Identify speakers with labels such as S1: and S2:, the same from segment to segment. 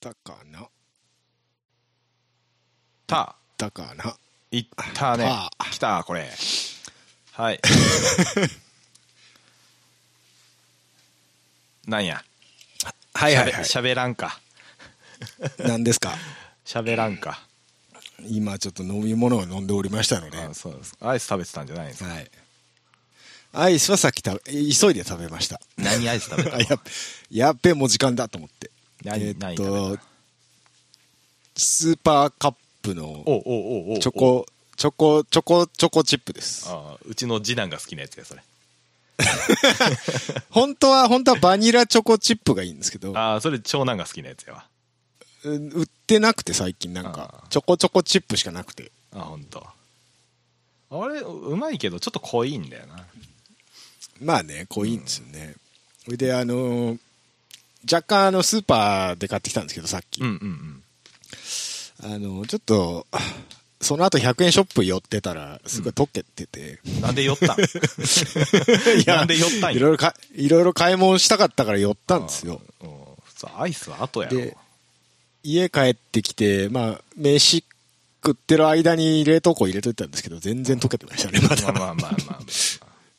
S1: たかな
S2: た、
S1: たかない
S2: ったね
S1: た。
S2: 来た、これ。 はい。なんや。
S1: はいはいはい
S2: しゃべらんか。
S1: 何ですか
S2: しゃべらんか。
S1: 今ちょっと飲み物を飲んでおりましたので、は
S2: あそうですアイス食べてたんじゃないんですか。
S1: い、アイスはさっき食べ急いで食べました
S2: 何アイス食べた
S1: あやっべやっべもう時間だと思って
S2: 何
S1: えーっ
S2: 何食
S1: と
S2: べた
S1: スーパーカップの
S2: おうおうおうおう
S1: チョコチョコチョコチョコチップです
S2: ああうちの次男が好きなやつやそれ
S1: 本当は本当はバニラチョコチップがいいんですけど
S2: ああそれ長男が好きなやつやわ
S1: うん売ってなくて最近なんか
S2: あ
S1: チョコチョコチップしかなくて
S2: あ本当。あれうまいけどちょっと濃いんだよな
S1: まあねこういいんですよねそれであのー若干あのスーパーで買ってきたんですけどさっき、
S2: うんうんうん
S1: あのちょっとその後100円ショップ寄ってたらすごい溶けてて、
S2: なんで 酔ったん
S1: いや
S2: なんで酔ったんや
S1: いろいろかいろいろ買い物したかったから寄ったんですよ
S2: うん普通アイスは後やろ
S1: で家帰ってきてまあ飯食ってる間に冷凍庫入れといたんですけど全然溶けてましたねま
S2: まあ
S1: だ、
S2: まあまあまあ、まあ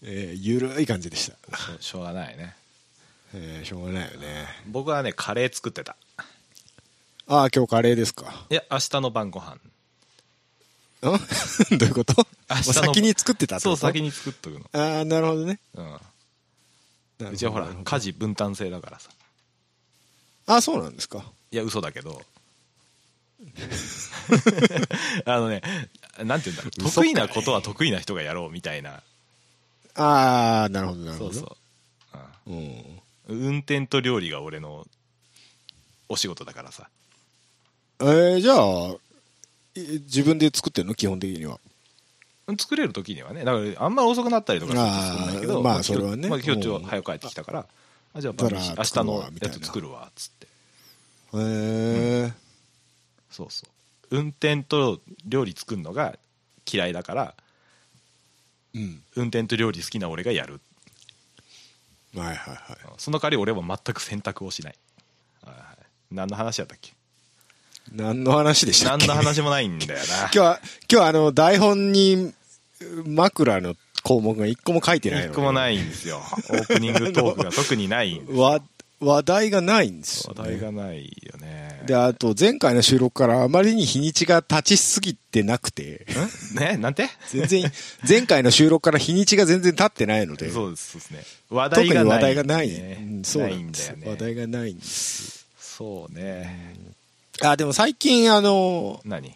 S1: えーゆるい感じでした、
S2: しょ、しょうがないね
S1: えーしょうがないよね
S2: 僕はねカレー作ってた
S1: ああ今日カレーですか
S2: いや明日の晩ご飯
S1: ん どういうこと
S2: 明
S1: もう
S2: 日の
S1: 先に作ってたって
S2: そう先
S1: に
S2: に作っとくの
S1: ああなるほどね
S2: う
S1: なんる
S2: う
S1: ど
S2: ちはほら
S1: なるど
S2: 家事分担制だからさ
S1: ああそうなんですか
S2: いや嘘だけどあのねなんて言うんだろう
S1: 嘘
S2: 得
S1: かい
S2: 意なことは得意な人がやろうみたいな
S1: ああなるほどなる
S2: そ
S1: ほど
S2: うそう、
S1: うん
S2: うん、運転と料理が俺のお仕事だからさ
S1: えー、じゃあい自分で作ってるの基本的には
S2: 作れる時にはねだからあんまり遅くなったりとかすると
S1: あー
S2: 作んないけど
S1: まあ
S2: 今日
S1: それはね
S2: まあ、今日ちょっ
S1: うん
S2: と早く帰ってきたからあじゃあ
S1: だ
S2: 晩
S1: から
S2: 飯明日
S1: 作るわ
S2: の
S1: みた
S2: や
S1: いな
S2: つ作るわっつって
S1: へえ
S2: そうそう運転と料理作るのが嫌いだから
S1: うん
S2: 運転と料理好きな俺がやる
S1: はいはいはい
S2: その代わり俺は全く選択をしない。はいはい何の話やったっけ
S1: 何の話でしたっ
S2: 何
S1: け
S2: の話もないんだよ
S1: 今日は今日はあの台本に枕の項目が一個も書いてない
S2: な。
S1: の
S2: 一個もないんですよ。オープニングトークが特にな いんです。
S1: わ話題がないんですよ、
S2: 話
S1: ね、
S2: 題がないよね。
S1: であと前回の収録からあまりに日にちが経ちすぎてなくて
S2: ん ねなんて
S1: 全 然前回の収録から日にちが全然経ってないので
S2: そうですそうですね。話
S1: 特
S2: 題
S1: に
S2: がない。
S1: 話題がない、
S2: ね
S1: うんそうなんです
S2: ないんだよ
S1: 話
S2: ね。
S1: 題がないんです
S2: そうね。
S1: あでも最近あの
S2: 何
S1: 昨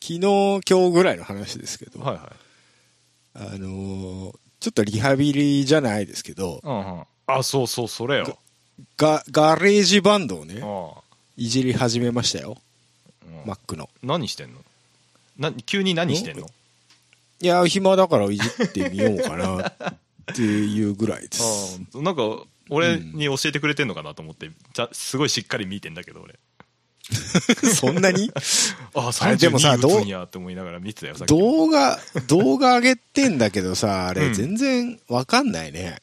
S1: 日今日ぐらいの話ですけど、
S2: はいはい。
S1: あのーちょっとリハビリじゃないですけど、
S2: うんうん。あ、そうそう、それよ。
S1: ガガレージバンドをね、
S2: う
S1: いじり始めましたよ、
S2: んうん。
S1: マックの。
S2: 何してんのな急に何してんの
S1: いや、暇だからいじってみようかなっていうぐらいです。
S2: ああなんか俺に教えてくれてんのかなと思って、じゃすごいしっかり見てんだけど俺
S1: そんなに
S2: ああ
S1: あれでもさ
S2: 32打つんやって思いながら見てたよさっきい
S1: 動画、動画上げてんだけどさ、あ
S2: う
S1: れ
S2: ん
S1: 全然わかんないね。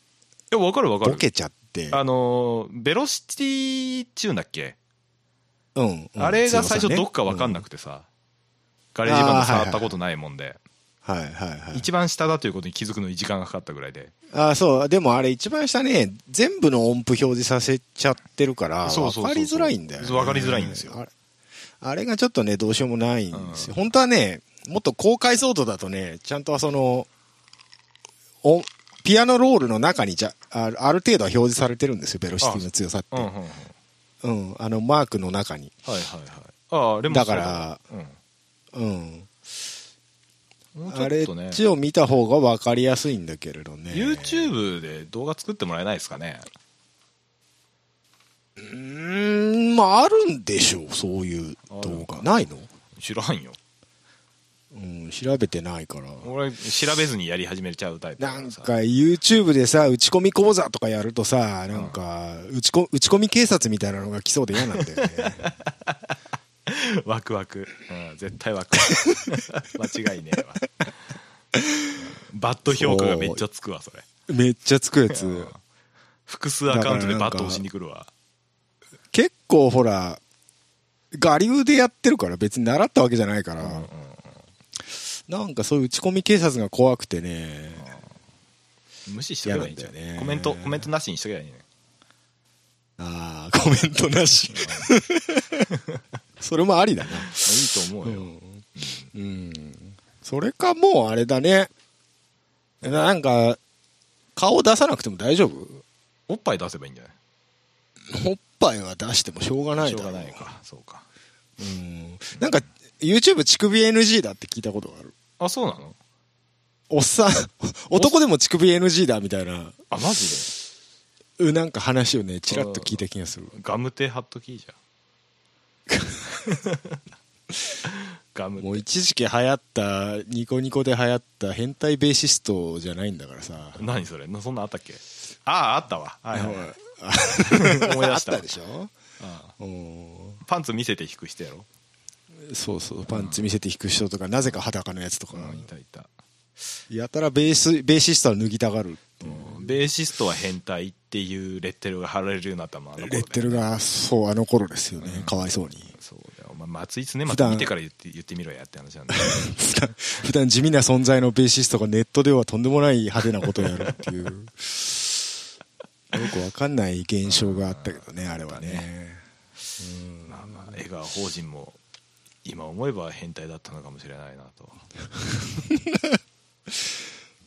S2: や分かる分かる
S1: ボケちゃって。
S2: あのーベロシティっちゅうんだっけ、
S1: うんうん。
S2: あれが最初どっか分かんな
S1: く
S2: くてさ、ガレージバンド触ったことないもんで、
S1: はいはいはい。
S2: 一番下だということに気づくのに時間がかかったぐらいで
S1: あそう。でもあれ一番下ね、全部の音符表示させちゃってるから、わか
S2: そうそうそうそう
S1: りづらいんだよね、
S2: わかりづらいんですよ
S1: あれあれがちょっとね、どうしようもないんですよ。
S2: うん
S1: 本当はね、もっと高解像度だとね、ちゃんとその、おピアノロールの中にじゃあ、ある程度は表示されてるんですよ、ベロシティの強さって。
S2: うんうんうんはい
S1: うん、あの、マークの中に。
S2: はいはいああでも
S1: だから
S2: そうだ
S1: うん。
S2: うんもう
S1: あ
S2: ちょ
S1: れ
S2: っとね
S1: っちを見た方が分かりやすいんだけれどね。
S2: YouTube で動画作ってもらえないですかね
S1: うーん、まああるんでしょう、そういう動
S2: あ
S1: 画。
S2: る
S1: ないの
S2: 知らんよ
S1: うん、調べてないから。
S2: 俺調べずにやり始めちゃうタイプだ
S1: な
S2: ら
S1: ん
S2: さ
S1: か YouTube でさ、打ち込み講座とかやるとさ、なんか、打ちこ打ち込み警察みたいなのが来そうで嫌なんだよ ね。
S2: ワクワク、うん、絶対ワクワ ク間違いねえわバット評価がめっちゃつくわそれ
S1: めっちゃつくやつ。
S2: 複数アカウントでバット押しに来るわ
S1: 結構ほら、我流でやってるから別に習ったわけじゃないから、なんかそういう打ち込み警察が怖くてね、
S2: 無視しとけばいいんじゃん
S1: 嫌なんだよね
S2: コメントコメントなしにしとけばいいね
S1: ああ、コメントな し。それもありだな。
S2: いいと思うよ、
S1: うん。うんそれかもうあれだね。なんか、顔出さなくても大丈夫
S2: おっぱい出せばいいんじゃない
S1: おっぱいは出してもしょうがない
S2: しょ
S1: だ
S2: う
S1: ろ
S2: がないかそうか
S1: うん。なんか、YouTube 乳首 NG だって聞いたことがある。
S2: あそうなの
S1: おっ さん、男でも乳首 NG だみたいな、
S2: あマジ
S1: うんなんか話をね、ちらっと聞いた気がする。
S2: でガムテ貼っときじゃん ガム
S1: もう
S2: テ
S1: 一時期流行った、ニコニコで流行った変態ベーシストじゃないんだからさ。
S2: 何それなそんなんあったっけあああったわはいはい、はい、
S1: 思
S2: 思い出し た
S1: あったでしょ
S2: あ
S1: うん
S2: パンツ見せて引く人やろ
S1: そうそうパンツ見せて引く人とかなぜか裸のやつとか
S2: うんいたいた
S1: やたらベースベーシストは脱ぎたがる
S2: うんベーシストは変態っていうレッテルが貼られるようになったもんあの頃だ
S1: レ
S2: よ
S1: ッテルがそうあの頃ですよねかわいそうに
S2: そうだよお前松井常
S1: 普
S2: 松
S1: 段
S2: 見てから言って言ってみろやって話なんだよ
S1: 普段 普段地味な存在のベーシストがネットではとんでもない派手なことをやるっていうよくわかんない現象があったけどねあれはね
S2: まあまあ江川法人も今思えば変態だったのかもしれないなと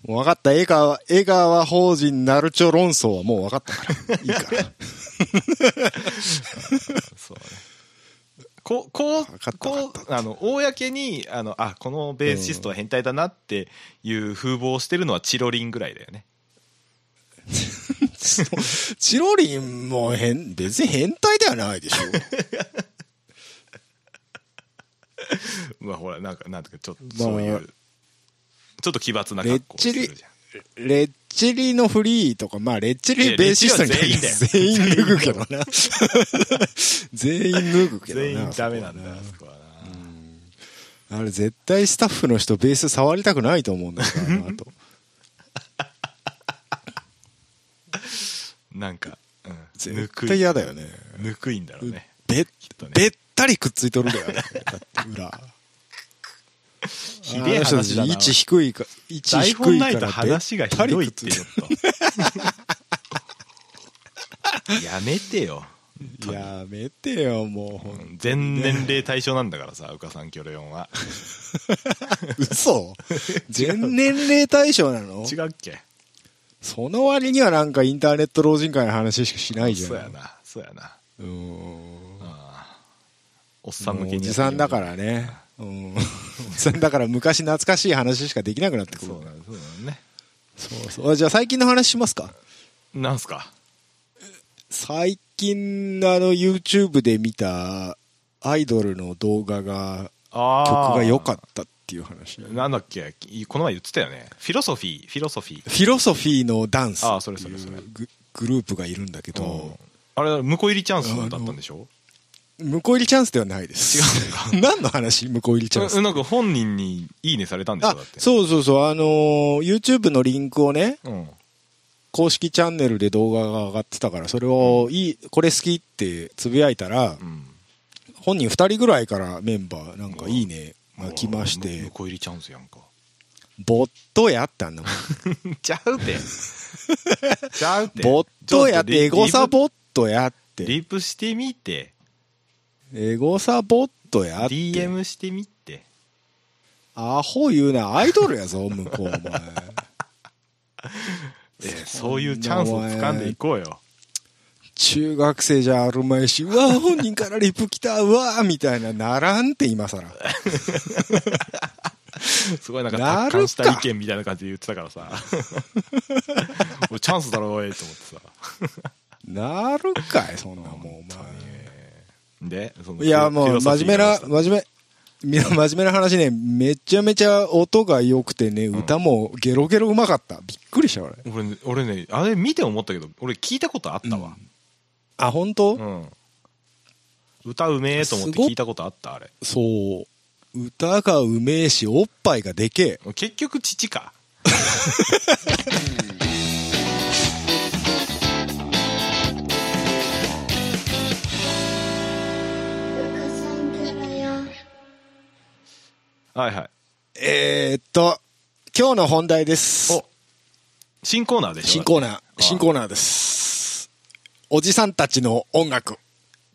S1: もう分かった江川江川法人ナルチョ論争はもう分かったからいい から
S2: そうねこうこう
S1: 分かった分
S2: こ
S1: かっ
S2: うあの公にあのあこのベーシストは変態だなっていう風貌をしてるのはチロリンぐらいだよね
S1: チロリンも変、別に変態ではないでしょ。
S2: まあほらなんかなんていうかちょっと
S1: まあ
S2: そういう、ちょっと奇抜な格好をする
S1: レッ
S2: じ
S1: チ
S2: ゃん
S1: レッチリのフリーとか、まあ、レッチリベーシストに限って
S2: いやレッチ
S1: 全員脱ぐけどな。 全員脱ぐけどな。
S2: 全員ダメなんだよあそこはな
S1: あれ、絶対スタッフの人、ベース触りたくないと思うんだからな、あと。
S2: なんか、うん、 ぬ
S1: 絶
S2: く
S1: 対
S2: い
S1: 嫌だよね。
S2: ぬくいんだろうね
S1: べ、
S2: とね
S1: べったりくっついとるんだよね。だって裏。
S2: ひでえ
S1: あの人た
S2: 話
S1: ち
S2: だな
S1: 位置低いか、位置低
S2: 台
S1: いから
S2: 本ないと話がひど
S1: べ
S2: いっ
S1: った
S2: て
S1: りく
S2: ち
S1: つ
S2: ょっとやめてよ
S1: やめてよ、もうほんと。
S2: 全年齢対象なんだからさうかさんキョレオンは
S1: 嘘全年齢対象なの
S2: 違うっけ
S1: その割にはなんかインターネット老人会の話しかしないじゃん。
S2: そうやなそうやな
S1: うーん。
S2: おっさん向け
S1: も
S2: に
S1: うおじさんだからね。うん。おじさんだから昔懐かしい話しかできなくなってくる。
S2: そうなんそうなんね
S1: そうそうあじゃあ最近の話しますか
S2: なんすか
S1: 最近あの YouTube で見たアイドルの動画が、
S2: ああ
S1: 曲が良かったっていう話。フ
S2: なんだっけいこの前言ってたよねフィロソフィーフィロソフィー
S1: ィロソフィーのダンス
S2: あー
S1: っ
S2: そ
S1: て
S2: れそれそ
S1: い
S2: れ
S1: うググループがいるんだけ
S2: うん
S1: ど、
S2: あれ向こう入りチャンスだったんでしょ
S1: 向こう入りチャンスではないです。違う 何の話向こう入りチャンス
S2: う。んなんか本人に「いいね」されたんでしょ
S1: あ
S2: だっ、て
S1: そうそうそう、あのー YouTube のリンクをね、
S2: う、ん、
S1: 公式チャンネルで動画が上がってたから、それを、いい、これ好きってつぶやいたら
S2: う、ん、
S1: 本人2人ぐらいからメンバー、なんかいいねが来まし
S2: む向
S1: て、
S2: こう入りチャンスやんか
S1: ボットやったんだもん。
S2: ちゃ うてちゃうて
S1: ボットやっ
S2: ちょ
S1: て、エ
S2: とリ
S1: ゴサボットやっ
S2: リプ
S1: て、
S2: リプしてみて
S1: エゴサボットやって、
S2: DM してみて
S1: アホ言うな、アイドルやぞ、向こう、お前。
S2: えーそういうチャンスを掴んでいこうよ
S1: 中学生じゃあるまいし、う わ、本人からリプ来た、うわ、みたいな、ならんって今更。
S2: すごいなんか
S1: なるか
S2: 達観した意見みたいな感じで言ってたからさ俺チャンスだろおいと思ってさ
S1: なるかい、そんなもん、
S2: でそ
S1: お
S2: の
S1: 前。いや、もう、
S2: フィロソフ
S1: 真
S2: ィー
S1: 面目
S2: の
S1: な、
S2: 話だ
S1: 真面目。みんな真面目な話ね、めちゃめちゃ音が良くてね、歌もゲロゲロうまかった。びっくりした、俺。
S2: 俺ね俺ねあれ見て思ったけど俺聞いたことあったわ
S1: あ、本当、
S2: うん、歌うめえと思って聞いたことあったあれ
S1: そう。歌がうめえし、おっぱいがでけえ。
S2: 結局父かはいはい
S1: えー、っと、今日の本題です
S2: お。新コーナーでしょ
S1: 新コーナー、
S2: ー
S1: 新コーナーです。おじさんたちの音楽。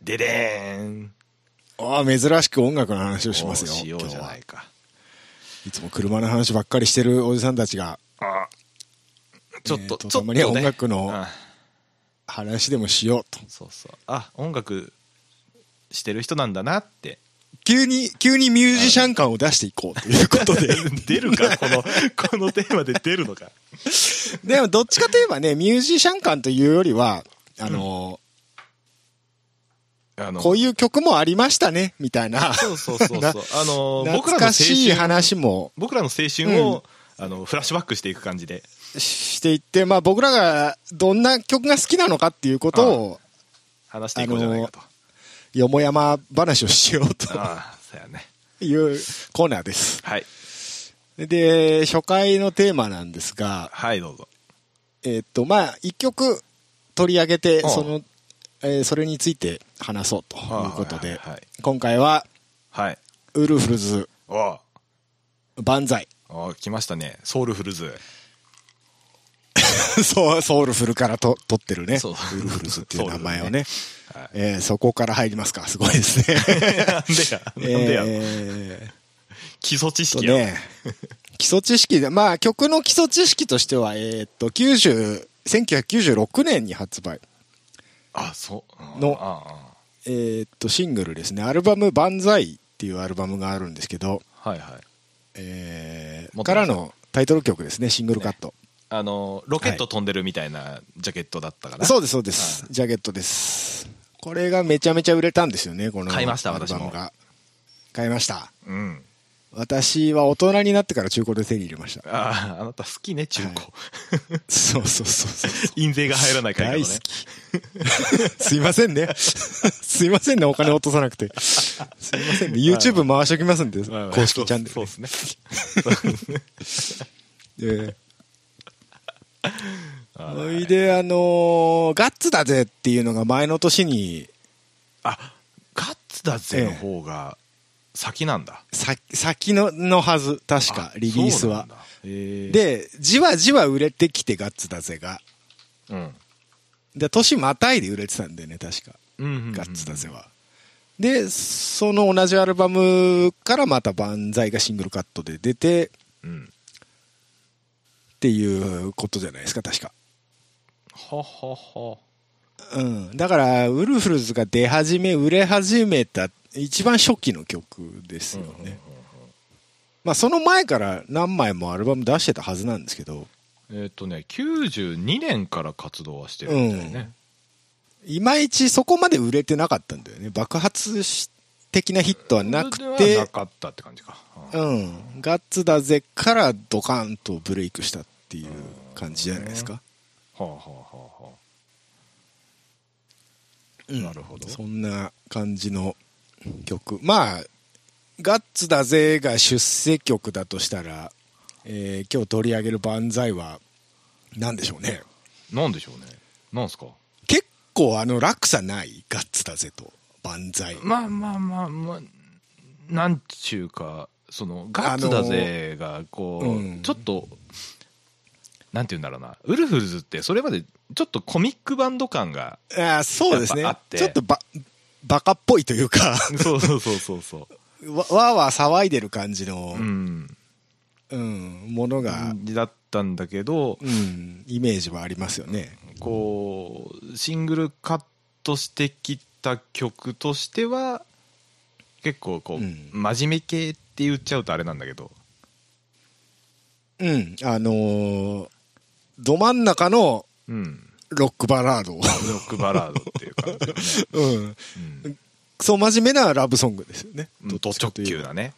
S2: ででーん
S1: ああ、珍しく音楽の話をしますよ。
S2: おーしよ
S1: 今日
S2: うじゃ
S1: は
S2: ない。か
S1: いつも車の話ばっかりしてるおじさんたちが、
S2: あちょっと、
S1: えーと
S2: ちょったと、
S1: ま
S2: ね、
S1: には音楽の
S2: あ
S1: 話でもしようと。
S2: そうそうあ音楽してる人なんだなって
S1: 急に、急にミュージシャン感を出していこうということで。
S2: 出るかこのこのテーマで出るのか
S1: でも、どっちかといえばね、ミュージシャン感というよりは、あの、
S2: あの
S1: こういう曲もありましたね、みたい な。
S2: そうそうそうそう
S1: な
S2: あの
S1: 懐
S2: 僕らの青
S1: かしい
S2: 春
S1: 話も
S2: 僕らの青春を、あのフラッシュバックしていく感じで
S1: していって、まあ僕らがどんな曲が好きなのかっていうことを、
S2: 話していこうじゃないかと
S1: よもやま話をしようと
S2: ああそうやね
S1: いうコーナーです。
S2: はい
S1: で、初回のテーマなんですが、
S2: はいどうぞ
S1: えっと、まあ一曲取り上げて、
S2: うん
S1: その、えーそれについて話そうということ
S2: はい
S1: で
S2: はいはい、
S1: 今回は、
S2: はい
S1: ウルフルズ、
S2: おう
S1: 万歳。
S2: おう来ましたねソウルフ ルズ
S1: そう、ソウルフルからと取ってるね。
S2: そう
S1: ウルフルズっていう名前をね。
S2: はい
S1: えーそこから入りますか。すごいですね。
S2: なんでや なんでや、
S1: え
S2: 基礎知
S1: ーと
S2: 識や、
S1: ね、基礎知識で、まあ曲の基礎知識としては、えーっと、90、1996年に発売。
S2: あそう
S1: の
S2: あああ
S1: えーっと、シングルですね。アルバム、万歳っていうアルバムがあるんですけど、
S2: あはいはい
S1: えー
S2: 持ってま
S1: から
S2: す
S1: のタイトル曲ですね、シングルカット。
S2: あのロケット飛んでるみたいなジャケットだったから、
S1: そうです、そうです。ジャケットです。これがめちゃめちゃ売れたんですよね、この
S2: 買いました
S1: アルバムが。買いました。
S2: うん。
S1: 私は大人になってから中古で手に入れました
S2: あああなた好きね中古、
S1: は そうそうそうそう。
S2: 印税が入らないから
S1: 大
S2: ね
S1: 好き。すいません ね。すいませんね、お金落とさなくて。すいませんね。YouTube 回しときますんで、
S2: はいはい
S1: 公式チャンネ
S2: そうそうですね
S1: ル。ええそれで、あのーガッツだぜっていうのが前の年に
S2: あガッツだぜの方が先なんだ、
S1: 先先ののはず、確か
S2: あ、
S1: リリース
S2: そうな
S1: は
S2: んだ。へえ
S1: で、じわじわ売れてきて、ガッツだぜが。
S2: うん
S1: で、年またいで売れてたんだよね、確か。
S2: うんうんうん
S1: ガッツだぜは。で、その同じアルバムからまた万歳がシングルカットで出てっ
S2: うん
S1: ていうことじゃないですか、確か。
S2: ははは
S1: うん。だから、ウルフルズが出始め、売れ始めた一番初期の曲ですよね。まあ、その前から何枚もアルバム出してたはずなんですけど、
S2: えっとね92年から活動はしてるみたいね、
S1: いまいちそこまで売れてなかったんだよね。爆発し的なヒットはなく
S2: それで
S1: て。
S2: はなかったって感じか、うん
S1: うん、ガッツだぜからドカンとブレイクしたっていう感じじゃないですか。
S2: はあはあはあはあ、なるほど
S1: そんな感じの曲。まあ、ガッツだぜが出世曲だとしたら、えー今日取り上げる万歳は何でしょうね。
S2: なんでしょうねなんすか
S1: 結構あの落差ないガッツだぜと万歳。
S2: まあまあまあまあなんちゅうかそのガッツだぜがこう、
S1: うん
S2: ちょっとなんて言うんだろうなウルフルズってそれまでちょっとコミックバンド感が
S1: あーそうですね
S2: やっぱあっ。て
S1: ちょっとば、バカっぽいというか、
S2: そうそうそうそうそ
S1: わわーわー騒いでる感じの
S2: う、うん
S1: うん、ものが、
S2: だったんだけど
S1: うん、イメージはありますよね。
S2: こうシングルカットしてきた曲としては結構こう、
S1: うん
S2: 真面目系って言っちゃうとあれなんだけど
S1: うん、あのーど真ん中の
S2: うん
S1: ロックバラード。
S2: ロックバラードっていう感じだね、
S1: うん。
S2: うん
S1: そう真面目なラブソングですよね。
S2: うんド直球だね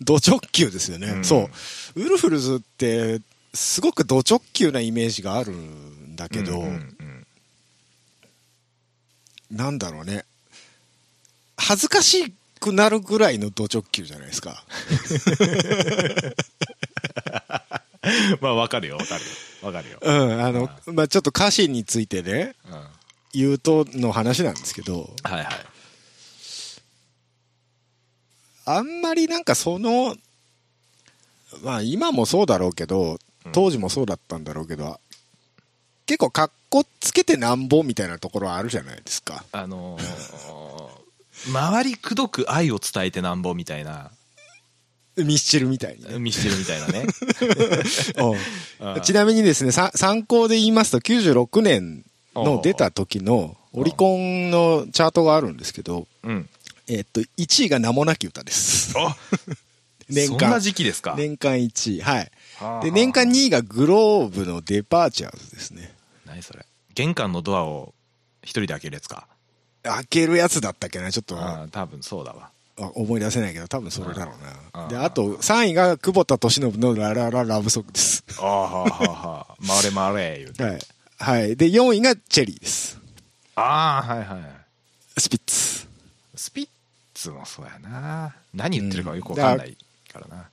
S1: ド直球ですよね。
S2: うん
S1: そう。ウルフルズって、すごくド直球なイメージがあるんだけど、
S2: うんうんうん
S1: なんだろうね。恥ずかしくなるぐらいのド直球じゃないですか。
S2: まあわかるよわかるよわかるよ、
S1: うん。あの、まあちょっと歌詞についてね、
S2: うん、はい
S1: 言うとの話なんですけど、
S2: はい
S1: あんまりなんかそのまあ今もそうだろうけど当時もそうだったんだろうけど、結構かっこつけてなんぼみたいなところはあるじゃないですか
S2: あのー周りくどく愛を伝えてなんぼみたいな
S1: ミスチルみたいにね、
S2: ミスチルみたいな ね ああ
S1: ちなみにですねさ参考で言いますと96年の出た時のオリコンのチャートがあるんですけど、
S2: うん
S1: えっと1位が名もなき歌です
S2: あ
S1: 年
S2: そんな
S1: 間
S2: 時期ですか
S1: 年間1位はい
S2: はあ
S1: で年間2位がグローブのデパーチャーズですね
S2: 何それ玄関のドアを一人で開けるやつか
S1: 開けるやつだったっけなちょっと
S2: ああ多分そうだわ
S1: あ思い出せないけど多分それだろう
S2: あ
S1: な
S2: あ
S1: であと3位が久保田利伸の「ララララブソング」です
S2: ああはあはあはあ回れ回れ言うて
S1: はい、はい、で4位がチェリーです
S2: ああはいはい
S1: スピッツ
S2: スピッツもそうやな何言ってるかよくわかんないからな、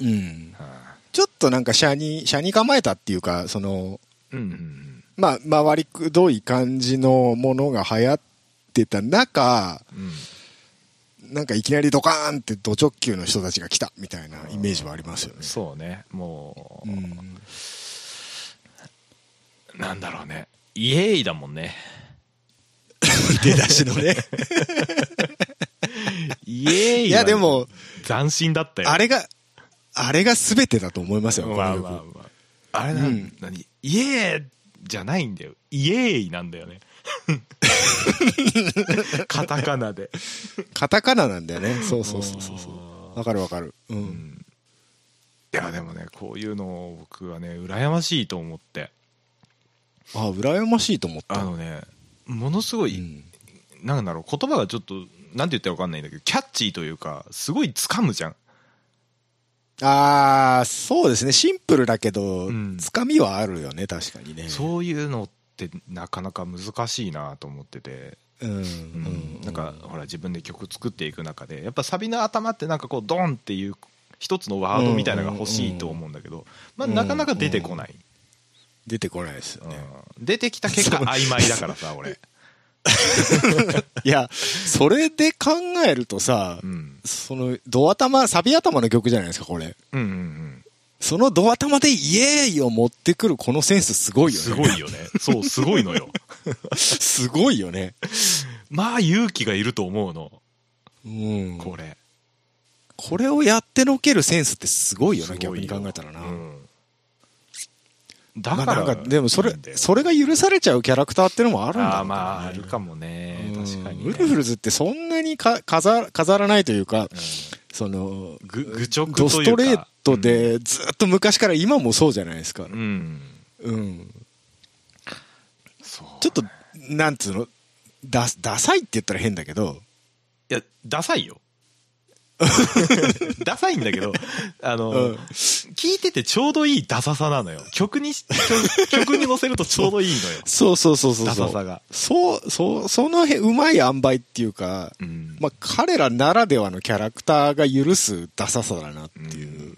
S1: うん
S2: はあ
S1: ちょっとなんか車に車に構えたっていうかその
S2: うんうんうん
S1: まあ回りくどい感じのものが流行ってた中
S2: うん
S1: なんかいきなりドカーンってド直球の人たちが来たみたいなイメージはありますよね
S2: そうねもう、
S1: うん
S2: なんだろうねイエーイだもん ね
S1: 出だしのね
S2: イエーイ
S1: いやでも
S2: 斬新だったよ
S1: あれがあれが全てだと思いますよこの
S2: まあ
S1: 曲
S2: まあまああれなん、
S1: うん
S2: 何イエーイじゃないんだよイエーイなんだよ ねカタカナで
S1: カタカナなんだよねそうそうそうそうそう
S2: あー
S1: わかるわかるうん、
S2: うんいやでもねこういうのを僕はね羨ましいと思って
S1: あ羨ましいと思った
S2: あのねものすご
S1: う
S2: い、
S1: ん
S2: なんだろう言葉がちょっとなんて言ったら分かんないんだけどキャッチーというかすごい掴むじゃん
S1: ああそうですねシンプルだけど、
S2: うん
S1: つかみはあるよね確かにね
S2: そういうのってなかなか難しいなと思ってて、
S1: う、うん
S2: うんなんかほら自分で曲作っていく中でやっぱサビの頭ってなんかこうドンっていう一つのワードみたいなのが欲しいと思うんだけど、まあ、なかなか出てこない、
S1: 出てこないですよね、
S2: うん出てきた結果
S1: そう
S2: 曖昧だからさ 俺、
S1: いやそれで考えるとさ、
S2: うん、
S1: そのド頭サビ頭の曲じゃないですかこれ
S2: うんうんうん
S1: そのド頭でイエーイを持ってくるこのセンスすごいよね
S2: すごいよねそうすごいのよ
S1: すごいよね
S2: まあ勇気がいると思うの
S1: うん
S2: これ
S1: これをやってのけるセンスってすごいよな
S2: すご
S1: 逆
S2: い
S1: に
S2: よ
S1: 考えたらな、
S2: うんだ
S1: ま
S2: か
S1: あ
S2: ら、
S1: なんかでもそれ
S2: なんだよ
S1: それが許されちゃうキャラクターってのもあるんだろう
S2: あ
S1: ね
S2: あまああるかもね
S1: うん
S2: 確かにね、
S1: ウルフルズってそんなにか飾飾らないというか、
S2: うん
S1: その
S2: ぐ愚直というか
S1: ドストレートでずっと昔から今もそうじゃないですか
S2: う、ん
S1: うん、
S2: そう
S1: ちょっとなんつうのダダサいって言ったら変だけど
S2: いやダ サいよダサいんだけどあの、
S1: うん
S2: 聞いててちょうどいいダサさなのよ曲にし曲曲に乗せるとちょうどいい のよ
S1: そうそうそうそう
S2: ダ
S1: そ
S2: サさ
S1: う
S2: が、
S1: そうそうその辺うまい塩梅っていうか、
S2: うん
S1: まあ、彼らならではのキャラクターが許すダサさだなっていう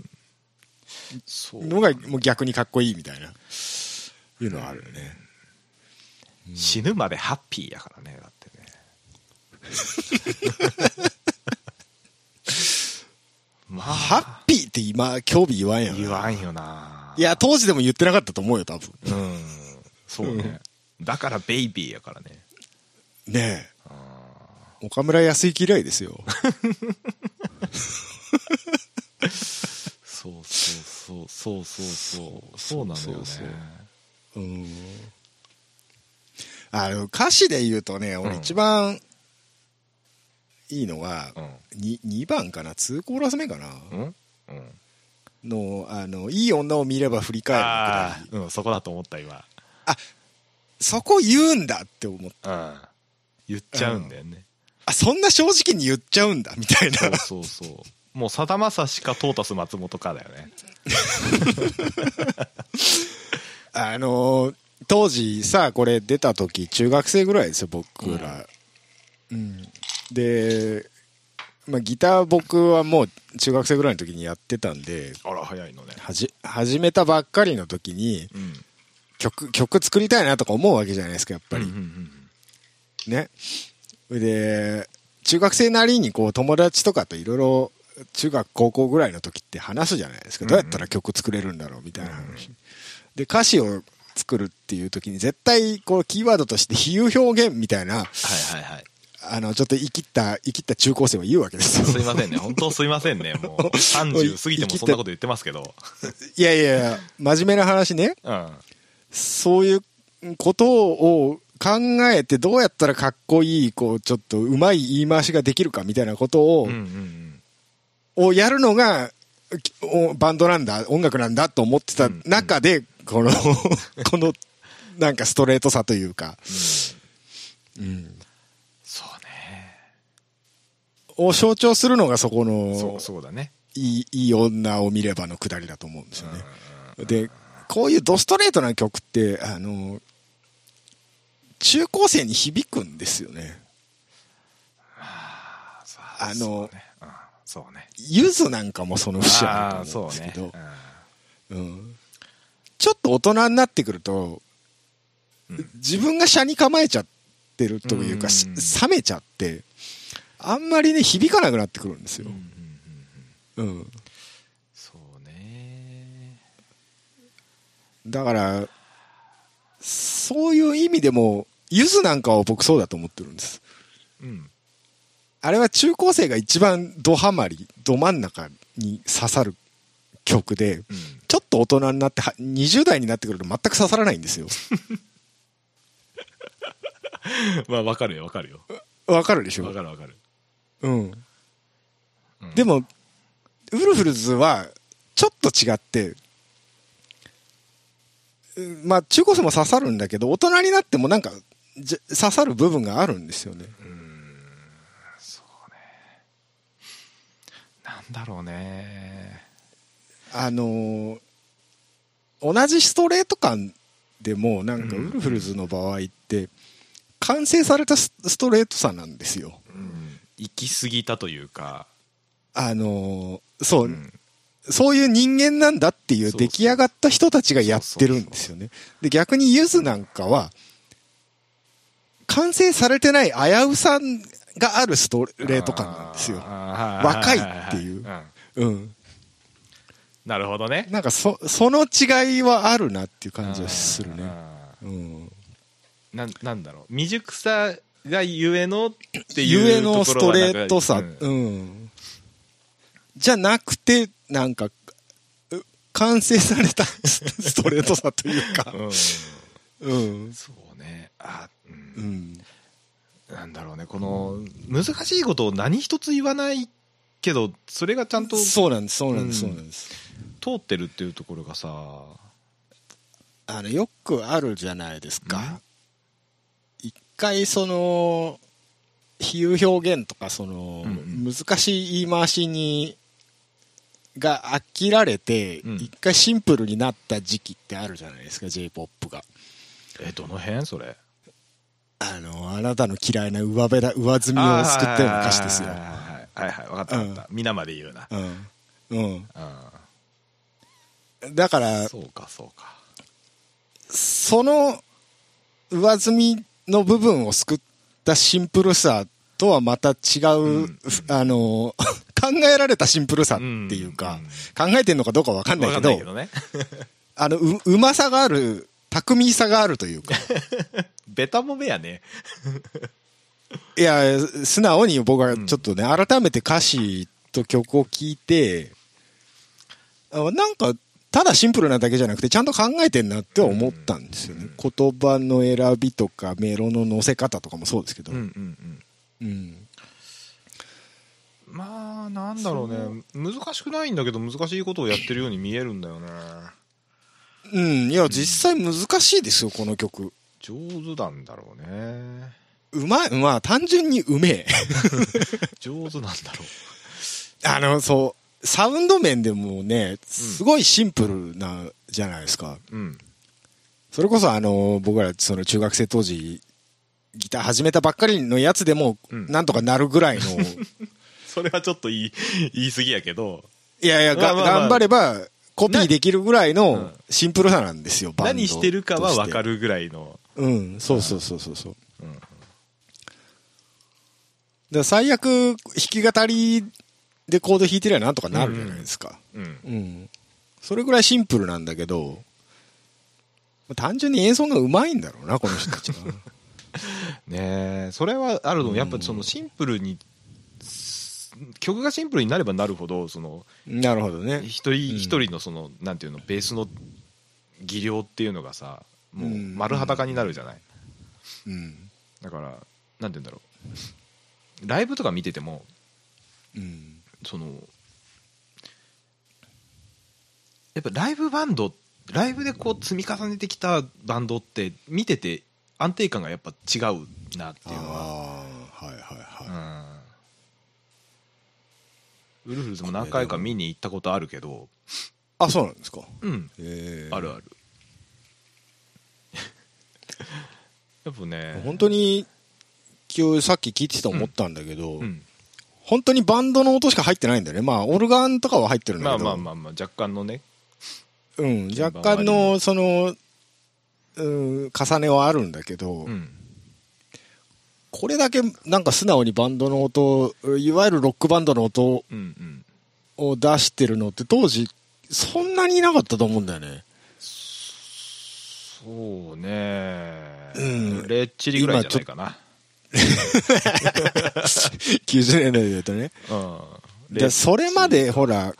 S2: そう
S1: のがもう逆にかっこいいみたいないうのはあるよね、
S2: 死ぬまでハッピーやからねだって ねまあ
S1: ハッピーって今興味言わんやん
S2: 言わんよない
S1: や、当時でも言ってなかったと思うよ、多分。
S2: うんそうね、だからベイビーやからね
S1: ねえ。岡村康之以来です よ。
S2: そうそうそうそうそうそうそうなのよ
S1: そ
S2: ね
S1: うそううん。あの、歌詞で言うとね、俺
S2: うん
S1: 一番いいのが、
S2: う
S1: に2番かな、2コーラス目かな、
S2: んうんうん
S1: の、あの、いい女を見れば振り返るのく
S2: あ
S1: らい
S2: あうんそこだと思った今
S1: そこ言うんだって思って、
S2: うん言っちゃうんだよね
S1: あ、そんな正直に言っちゃうんだ、みたい
S2: そ
S1: な
S2: う。そうそうもうさだまさしかトータス松本かだよね
S1: あのー当時さこれ出た時中学生ぐらいですよ僕ら、うんで、まあ、ギター僕はもう中学生ぐらいの時にやってたんで
S2: あら早いのね
S1: はじ始めたばっかりの時に
S2: うん
S1: 曲曲作りたいなとか思うわけじゃないですかやっぱ
S2: うん
S1: り、
S2: うんうん
S1: ねそれで中学生なりにこう友達とかといろいろ中学高校ぐらいの時って話すじゃないですかどうやったら曲作れるんだろうみたいな話で歌詞を作るっていう時に絶対こうキーワードとして比喩表現みたいな
S2: はいはいはい
S1: あのちょっと生きった生きった中高生は言うわけですよ
S2: すいませんね本当すいませんねもう30過ぎてもそんなこと言ってますけど
S1: いやいやいや真面目な話ね
S2: うんはい
S1: そういうことを考えてどうやったらかっこいいこうちょっとうまい言い回しができるかみたいなことを,、
S2: うんうん
S1: をやるのがきおバンドなんだ音楽なんだと思ってた中で、この このなんかストレートさというか、うん
S2: そうね
S1: を象徴するのがそこ
S2: そう
S1: の
S2: そうだね
S1: いいいい女を見ればのくだりだと思うんですよね。でこういうドストレートな曲ってあの中高生に響くんですよね。
S2: あ
S1: あの
S2: そうねうんそうね
S1: ゆずなんかもその節あ
S2: あ
S1: る
S2: ー
S1: と思
S2: そ
S1: うん
S2: う
S1: ですけ
S2: ね
S1: ど、うんちょっと大人になってくると、
S2: うん
S1: 自分が車に構えちゃってるというか、し
S2: うん
S1: 冷めちゃってあんまりね響かなくなってくるんです
S2: うん
S1: よ
S2: うんうんう、ん
S1: うん、
S2: そうね
S1: だからそういう意味でもゆずなんかは僕そうだと思ってるんです
S2: うん
S1: あれは中高生が一番ドハマりど真ん中に刺さる曲で、
S2: うん
S1: ちょっと大人になっては20代になってくると全く刺さらないんですよ
S2: まあわかるよわかるよ
S1: わかるでし
S2: わ
S1: ょ
S2: かるわかる
S1: うん
S2: うん
S1: でもウルフルズはちょっと違ってうんまあ中高生も刺さるんだけど大人になってもなんかじゃ刺さる部分があるんですよね
S2: なんだろうね
S1: あのー同じストレート感でもなんかウ
S2: うん
S1: ルフルズの場合って完成されたスストレートさなんですよ
S2: うん行き過ぎたというか
S1: あのーそう、
S2: うん
S1: そういう人間なんだっていう
S2: そうそう
S1: 出来上がった人たちがやってるんですよね。で、逆にゆずなんかは、完成されてない危うさがあるストレート感なんですよ。
S2: 若
S1: 若いっていううん。
S2: なるほどね
S1: なんかそ、その違いはあるなっていう感じはするね。
S2: あ
S1: うん。
S2: ーなんなんだろう未熟さがゆえのっていう
S1: ゆえのストレートさ、
S2: と
S1: う
S2: ころはなん
S1: ん
S2: かうん
S1: じゃなくて、なんか、う完成されたストレートさというか、
S2: うん
S1: うん。
S2: そうねあうん
S1: うん。
S2: なんだろうねこの難しいことを何一つ言わないけどそれがちゃんと通
S1: そうなんです、そうなんです、そ
S2: うん
S1: うなんです。
S2: ってるっていうところがさ
S1: あのよくあるじゃないですか、一回その比喩表現とかその、
S2: うん
S1: 難しい言い回しにが飽きられて、
S2: うん
S1: 一回シンプルになった時期ってあるじゃないですか j p o p が
S2: えどの辺それ
S1: あのあなたの嫌いな上辺だ上積みを救ったような歌詞ですよ
S2: あーはいはいはいはいはい分かった分かった皆まで言うな
S1: うん、
S2: う
S1: うん、だから
S2: んそうかそうか
S1: その上積みの部分を救ったシンプルさとはまた違う、
S2: うん
S1: ふあの、 考えられたシンプルさっていうか、考えてんのかどうかわかんない
S2: わ
S1: け
S2: かん
S1: ど、
S2: ないけどね
S1: あの、う、うまさがある、巧みさがあるという か、
S2: ベタもめやね
S1: いや、素直に僕はちょっとね、改めて歌詞と曲を聞いて、あなんか、ただシンプルなだけじゃなくて、ちゃんと考えてんなって思ったんですよね。言葉の選びとか、メロの乗せ方とかもそうですけど、
S2: うんうんうん
S1: うん
S2: まあなんだろうね難しくないんだけど難しいことをやってるように見えるんだよね
S1: うん、いや、実際難しいですよ、この曲。
S2: 上手なんだろうね
S1: うまい、まあ、単純にうめえ。
S2: 上手なんだろ
S1: あの、そう、サウンド面でもね、すごいシンプルな、じゃないですか。
S2: ううん
S1: それこそ、あの、僕ら、その中学生当時、ギター始めたばっかりのやつでも、
S2: うん
S1: なんとかなるぐら いの、
S2: それはちょっと言い言い過ぎやけど
S1: いやいや、が
S2: まあまあまあ
S1: 頑張れば、コピーできるぐらいうの
S2: ん
S1: シンプルさなんですよ、バンド
S2: 何してるかは分か
S1: る。
S2: るぐらいの
S1: うん、そうそうそうそうそう。
S2: うん
S1: だから最悪弾き語りでコード弾いてりゃなんとかなるじゃないですか、
S2: うん
S1: うんそれぐらいシンプルなんだけど単純に演奏がうまいんだろうなこの人たち は
S2: ねえそれはあるのやっぱそのシンプルに曲がシンプルになればなるほどその
S1: なるほどね
S2: 一人一人のそのなんていうのベースの技量っていうのがさもう丸裸になるじゃない
S1: うん
S2: だからなんて言うんだろうライブとか見てても
S1: うん
S2: そのやっぱライブバンドライブでこう積み重ねてきたバンドって見てて安定感がやっぱ違うなっていうのは
S1: ああはいはいはい、
S2: うんウルフルズも何回か見に行ったことあるけど
S1: あそうなんですか
S2: うん
S1: えー
S2: あるある やっぱね
S1: 本当に今日さっき聞いてて思ったんだけど、
S2: うん
S1: 本当にバンドの音しか入ってないんだよねまあオルガンとかは入ってるんだ
S2: まあ
S1: けど、
S2: まあまあまあ若干のね
S1: うん、
S2: 鍵盤
S1: 若干
S2: はあり
S1: のその、うん、重ねはあるんだけど、
S2: うん
S1: これだけなんか素直にバンドの音いわゆるロックバンドの音
S2: うんうん
S1: を出してるのって当時そんなにいなかったと思うんだよね
S2: そうね
S1: うん
S2: レッチリぐらいじゃないかな
S1: 90年代だとね
S2: うん
S1: でそれまでほら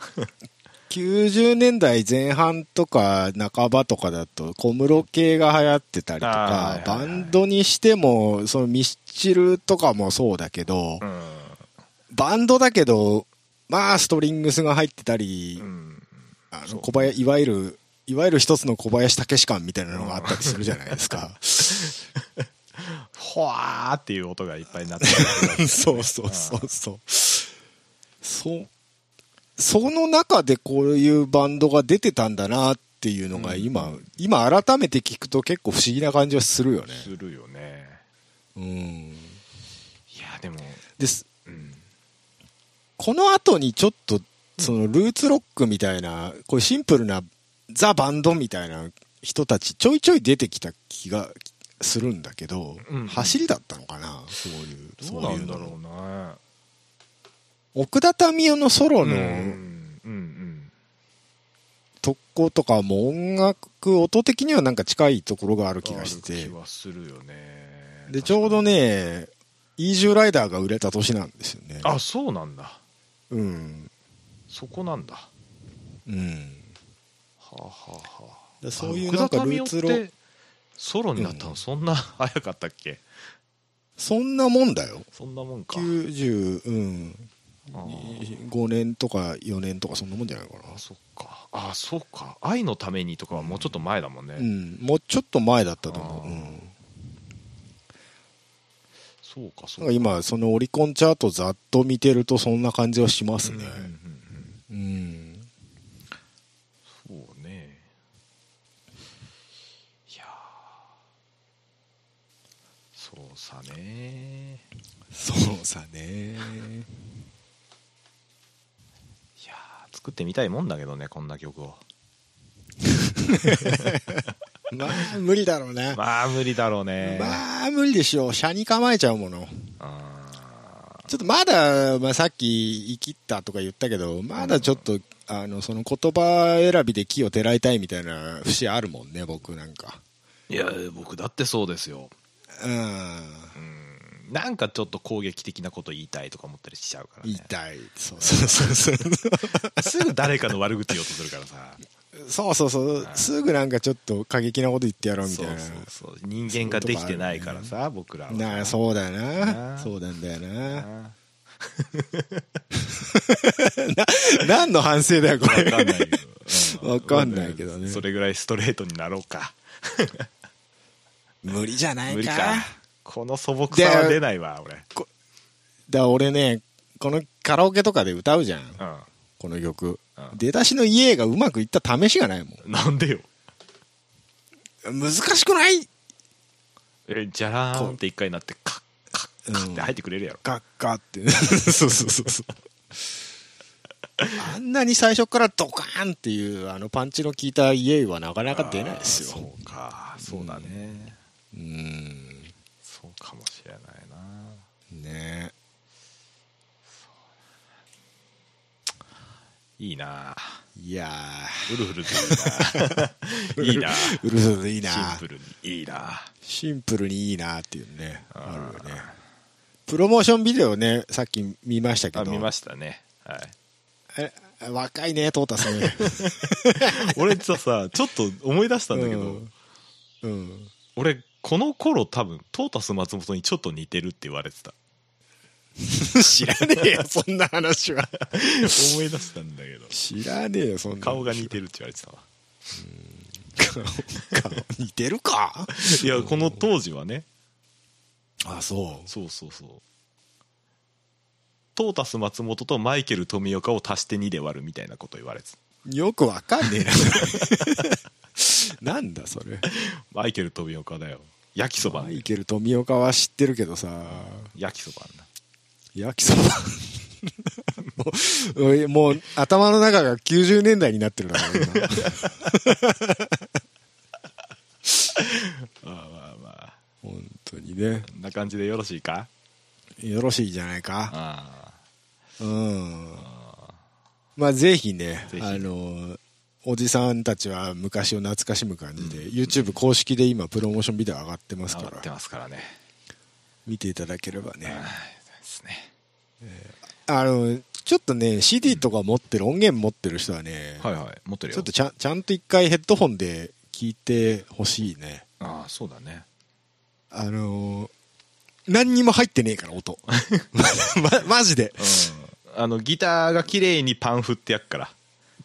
S1: 90年代前半とか半ばとかだと小室系が流行ってたりと
S2: あ
S1: か
S2: ーはい
S1: バ
S2: はいはい
S1: ンドにしてもそのミスチルとかもそうだけど
S2: うん
S1: バンドだけどまあストリングスが入ってたり
S2: うん
S1: あ
S2: そ
S1: の
S2: う
S1: 小林いわゆるいわゆる一つの小林武史感みたいなのがあったりするじゃないですか
S2: ほわーっていう音がいっぱいになって
S1: そうそうそうそうそうその中でこういうバンドが出てたんだなっていうのが今、今改めて聞くと結構不思議な感じはするよね
S2: するよね
S1: うん
S2: いやでも
S1: です
S2: うん
S1: この後にちょっとそのルーツロックみたいなこういうシンプルなザ・バンドみたいな人たちちょいちょい出てきた気がするんだけど、
S2: うん
S1: 走りだったのかなそういう
S2: どう
S1: そ
S2: な
S1: ういうん
S2: だ
S1: の
S2: ろうな
S1: 奥田民生のソロ
S2: うんう
S1: の
S2: んうん
S1: 特攻とかも音楽音的にはなんか近いところがある気がし
S2: ある
S1: て
S2: 気はするよね
S1: でちょうどねイージューライダーが売れた年なんですよね
S2: あそうなんだ
S1: うん
S2: そこなんだは
S1: うん
S2: あはあはあ
S1: でそういう
S2: あの
S1: なんか
S2: 奥田
S1: ル
S2: 民
S1: ー
S2: 生
S1: ツ
S2: っ
S1: ロ
S2: てソロになった
S1: う
S2: の
S1: ん
S2: そんな 早かったっけ
S1: そんなもんだよ
S2: そんなもんか
S1: 90うん
S2: あー
S1: 5年とか4年とかそんなもんじゃないかな
S2: あそっかあそっか愛のためにとかはもうちょっと前だもんね、
S1: うんもうちょっと前だったと思
S2: あ
S1: う、
S2: ー
S1: うん
S2: そうかそ
S1: な
S2: う
S1: か
S2: んか
S1: 今そのオリコンチャートざっと見てるとそんな感じはします
S2: うん
S1: ね
S2: うんうん
S1: うん、
S2: うんそうねいやーそうさね
S1: そうさね
S2: いやー作ってみたいもんだけどねこんな 曲を
S1: まあ無理だろうね、
S2: まあ無理だろうね、
S1: まあ無理でしょう車に構えちゃうもの
S2: あ
S1: ちょっとまだ、まあ、さっき言い切ったとか言ったけどまだちょっと、あのその言葉選びで木をてらいたいみたいな節あるもんね僕なんか
S2: ーいや僕だってそうですよ
S1: うん
S2: うんなんかちょっと攻撃的なこと言いたいとか思ったりしちゃうから、
S1: 言い
S2: ね、
S1: たい。そうそうそうそう。
S2: すぐ誰かの悪口言おうとするから さ
S1: そうそうそう。すぐなんかちょっと過激なこと言ってやろうみた
S2: そ
S1: いうな。
S2: そうそう人間ができてないからさ僕らは
S1: なあそうだよ
S2: なあ
S1: な。そうなんだよな。
S2: な
S1: 何の反省だよ、こ
S2: わ
S1: れ。
S2: かんないよう
S1: わかんないけどね
S2: それぐらいストレートになろうか
S1: 無理じゃな
S2: 無
S1: い
S2: 理
S1: か。
S2: かこの素朴さは出ないわ俺
S1: だから俺ね、このカラオケとかで歌うじゃん。
S2: う
S1: この曲
S2: う。ん
S1: 出だしの家がうまくいった試しがないも
S2: んなんでよ
S1: ん。難しくない
S2: えじゃらーんって一回なってカッカッカッって入ってくれるやろ
S1: ガッガッって。 そうそうそうそう。あんなに最初からドカーンっていうあのパンチの効いた家はなかなか出ないです
S2: あー
S1: よ。
S2: そうかそうだね、
S1: うん。
S2: そうかもしれないな
S1: ね
S2: いいなあ
S1: いや
S2: ウルフルズ いいないいな
S1: ーウルフルズいいな
S2: シンプルにいいな
S1: シンプルにいいなっていうね
S2: あ
S1: あ
S2: ー
S1: るよねプロモーションビデオねさっき見ましたけ
S2: あ
S1: ど
S2: 見ましたねはい
S1: え若いねトータス ね
S2: 俺実はさちょっと思い出したんだけど、
S1: うんうん
S2: 俺この頃多分トータス松本にちょっと似てるって言われてた
S1: 知らねえよそんな話 は
S2: 思い出したんだけど
S1: 知らねえよそんな話
S2: 顔が似てるって言われてたわ
S1: 顔顔似てるか
S2: いやこの当時はね
S1: あそう
S2: そうそうそうトータス松本とマイケル富岡を足して2で割るみたいなこと言われてた
S1: よくわかんねえ ななんだそれ
S2: マイケル富岡だよ焼きそば
S1: マイケル富岡は知ってるけどさ
S2: 焼きそばあんな
S1: 焼きそば もうもう頭の中が90年代になってるだろ 今
S2: まあまあまあ
S1: 本当にね
S2: こんな感じでよろしいか
S1: よろしいじゃないか
S2: あ
S1: うんまあぜひね
S2: ぜひ
S1: あのおじさんたちは昔を懐かしむ感じで、YouTube 公式で今プロモーションビデオ上がってま
S2: あ
S1: すか
S2: 頑張って
S1: ら
S2: ますからね
S1: 見ていただければね、
S2: はいそうですね
S1: あのちょっとね CD とか持ってる音源持ってる人はね、
S2: はいはい持ってるよ
S1: ちょっとちゃんちゃんと一回ヘッドホンで聞いてほしいね
S2: ああそうだね
S1: あのー何にも入ってねえから 音まマジで
S2: うんあのギターが綺麗にパン振ってやっから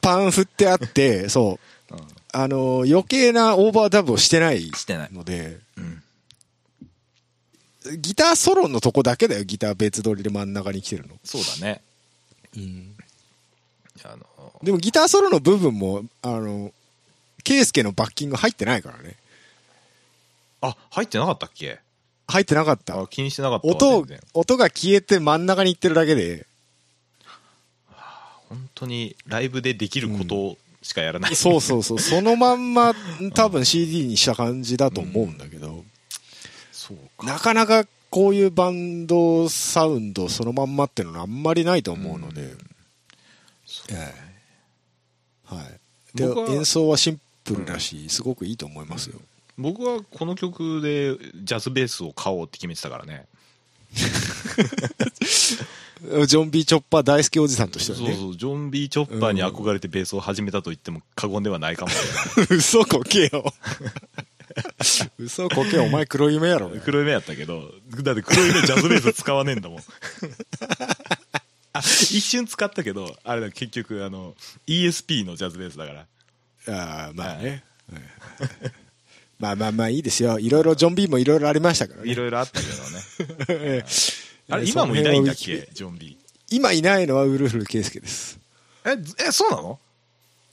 S1: パン振ってあ ってそう
S2: うん
S1: あのー余計なオーバーダブをしてない
S2: してない
S1: ので
S2: うん
S1: ギターソロのとこだけだよギター別撮りで真ん中に来てるの、
S2: そうだねあの
S1: でもギターソロの部分もあのケイスケのバッキング入ってないからね
S2: あ入ってなかったっけ
S1: 入ってなかった
S2: あ気にしてなかったわ
S1: 音
S2: 全然
S1: 音が消えて真ん中に行ってるだけで
S2: 本当にライブでできることしかやらない、
S1: そうそうそうそのまんま多分 CD にした感じだと思うんだけど、
S2: そう
S1: なかなかこういうバンドサウンドそのまんまってのはあんまりないと思うので、
S2: そうね
S1: はいで
S2: 僕は
S1: 演奏はシンプルだし、すごくいいと思いますよ、
S2: 僕はこの曲でジャズベースを買おうって決めてたからね
S1: ジョン・ビー・チョッパー大好きおじさんとして
S2: そう
S1: は
S2: そう
S1: ね
S2: ジョン・ビー・チョッパーに憧れてベースを始めたと言っても過言ではない かもしれない
S1: 嘘こけ よ嘘こけよお前黒夢やろ
S2: 黒夢やったけどだって黒夢ジャズベース使わねえんだもん あ一瞬使ったけどあれだ結局あの ESP のジャズベースだから
S1: ああまあね、うんまあまあまあいいですよいろいろジョン・ビーもいろいろありましたからね
S2: いろいろあ ったけどね
S1: ええ
S2: あれ
S1: ええ
S2: 今もいないんだっ
S1: その辺はウィ
S2: け
S1: キ
S2: ジョン・ビ
S1: 今いないのはウルフル圭介です
S2: ーえずえそうなの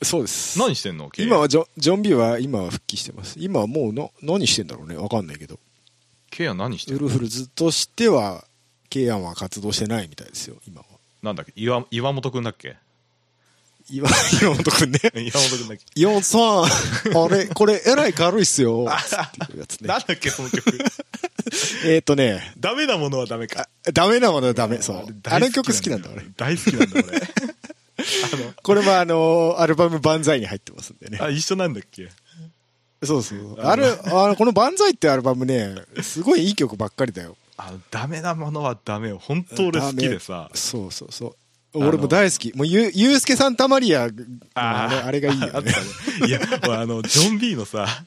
S1: そうです
S2: 何してんの K
S1: 今はジョジョン・ビーは今は復帰してます今はもうの何してんだろうねわかんないけど
S2: K は何して
S1: ウ
S2: んの
S1: ルフルズとしてはケイアンは活動してないみたいですよ今は
S2: なんだっけ岩岩本くんだっけ
S1: 岩岩本くんね
S2: 岩本く んだっけ
S1: 岩本さんあ れこれえらい軽いっすよっていうやつね
S2: なんだっけその曲
S1: えっとね
S2: ダメなものはダメか
S1: ダメなものはダメそうあ
S2: れ
S1: の
S2: 大
S1: 曲好きなんだ俺
S2: 大好きなんだ俺
S1: これはあのーアルバム「万歳」に入ってますんでね
S2: あ一緒なんだっけ
S1: そうそうあれあのこの「万歳」ってアルバムねすごいいい曲ばっかりだよ
S2: あのダメなものはダメよ本当俺好きでさ
S1: ダメそうそうそう
S2: あの
S1: 俺も大好きもうゆゆうすけサンタマリアのあれ
S2: ー
S1: あれがいい
S2: あ
S1: よ
S2: った
S1: ね
S2: ねいや俺あのジョン・ビーのさあ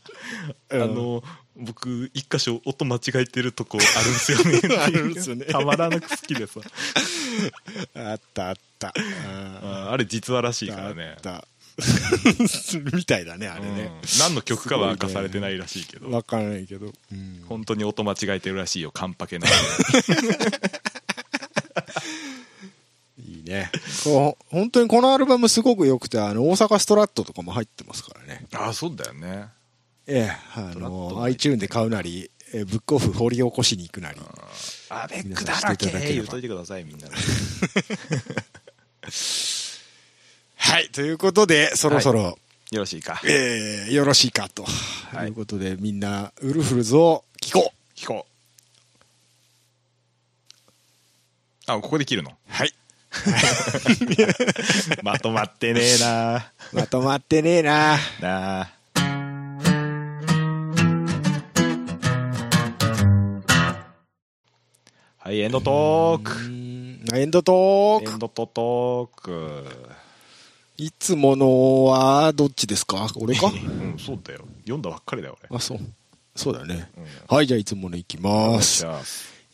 S1: うん
S2: の僕一箇所音間違えてるとこ あるんですよねっていう
S1: あるんですよね
S2: たまらなく好きでさ
S1: あったあったあ
S2: ああれ実話らしい
S1: ー
S2: からね
S1: あったみたい だねあれね
S2: うん何の曲かは明かされてないらしいけど
S1: わからないけどうん
S2: 本当に音間違えてるらしいよカンパケな
S1: いいねこう本当にこのアルバムすごく良くてあの大阪ストラットとかも入ってますからね
S2: ああそうだよね
S1: ええあ
S2: トラット
S1: の
S2: も入って
S1: iTune で買うなりえブックオフ掘り起こしに行くなり
S2: あべ
S1: 皆さんしていただければ
S2: 言うといてくださいみんなで
S1: はいということでそろそろ、
S2: よろしい か
S1: えーよろしいかと、
S2: い
S1: い、うことでみんなウルフルズを聞こう
S2: 聞こうあここで切るの
S1: はい
S2: まとまってねえな
S1: まとまってねえな
S2: なあはいエンドトー
S1: う
S2: ク
S1: ーんエンドトー
S2: エン
S1: ク
S2: ドトトー ク
S1: いつものはどっちですか俺 か
S2: うんそうだよ読んだばっかりだよ俺
S1: あそうそうだね、
S2: うん
S1: はいじゃあいつものいきます
S2: じゃあ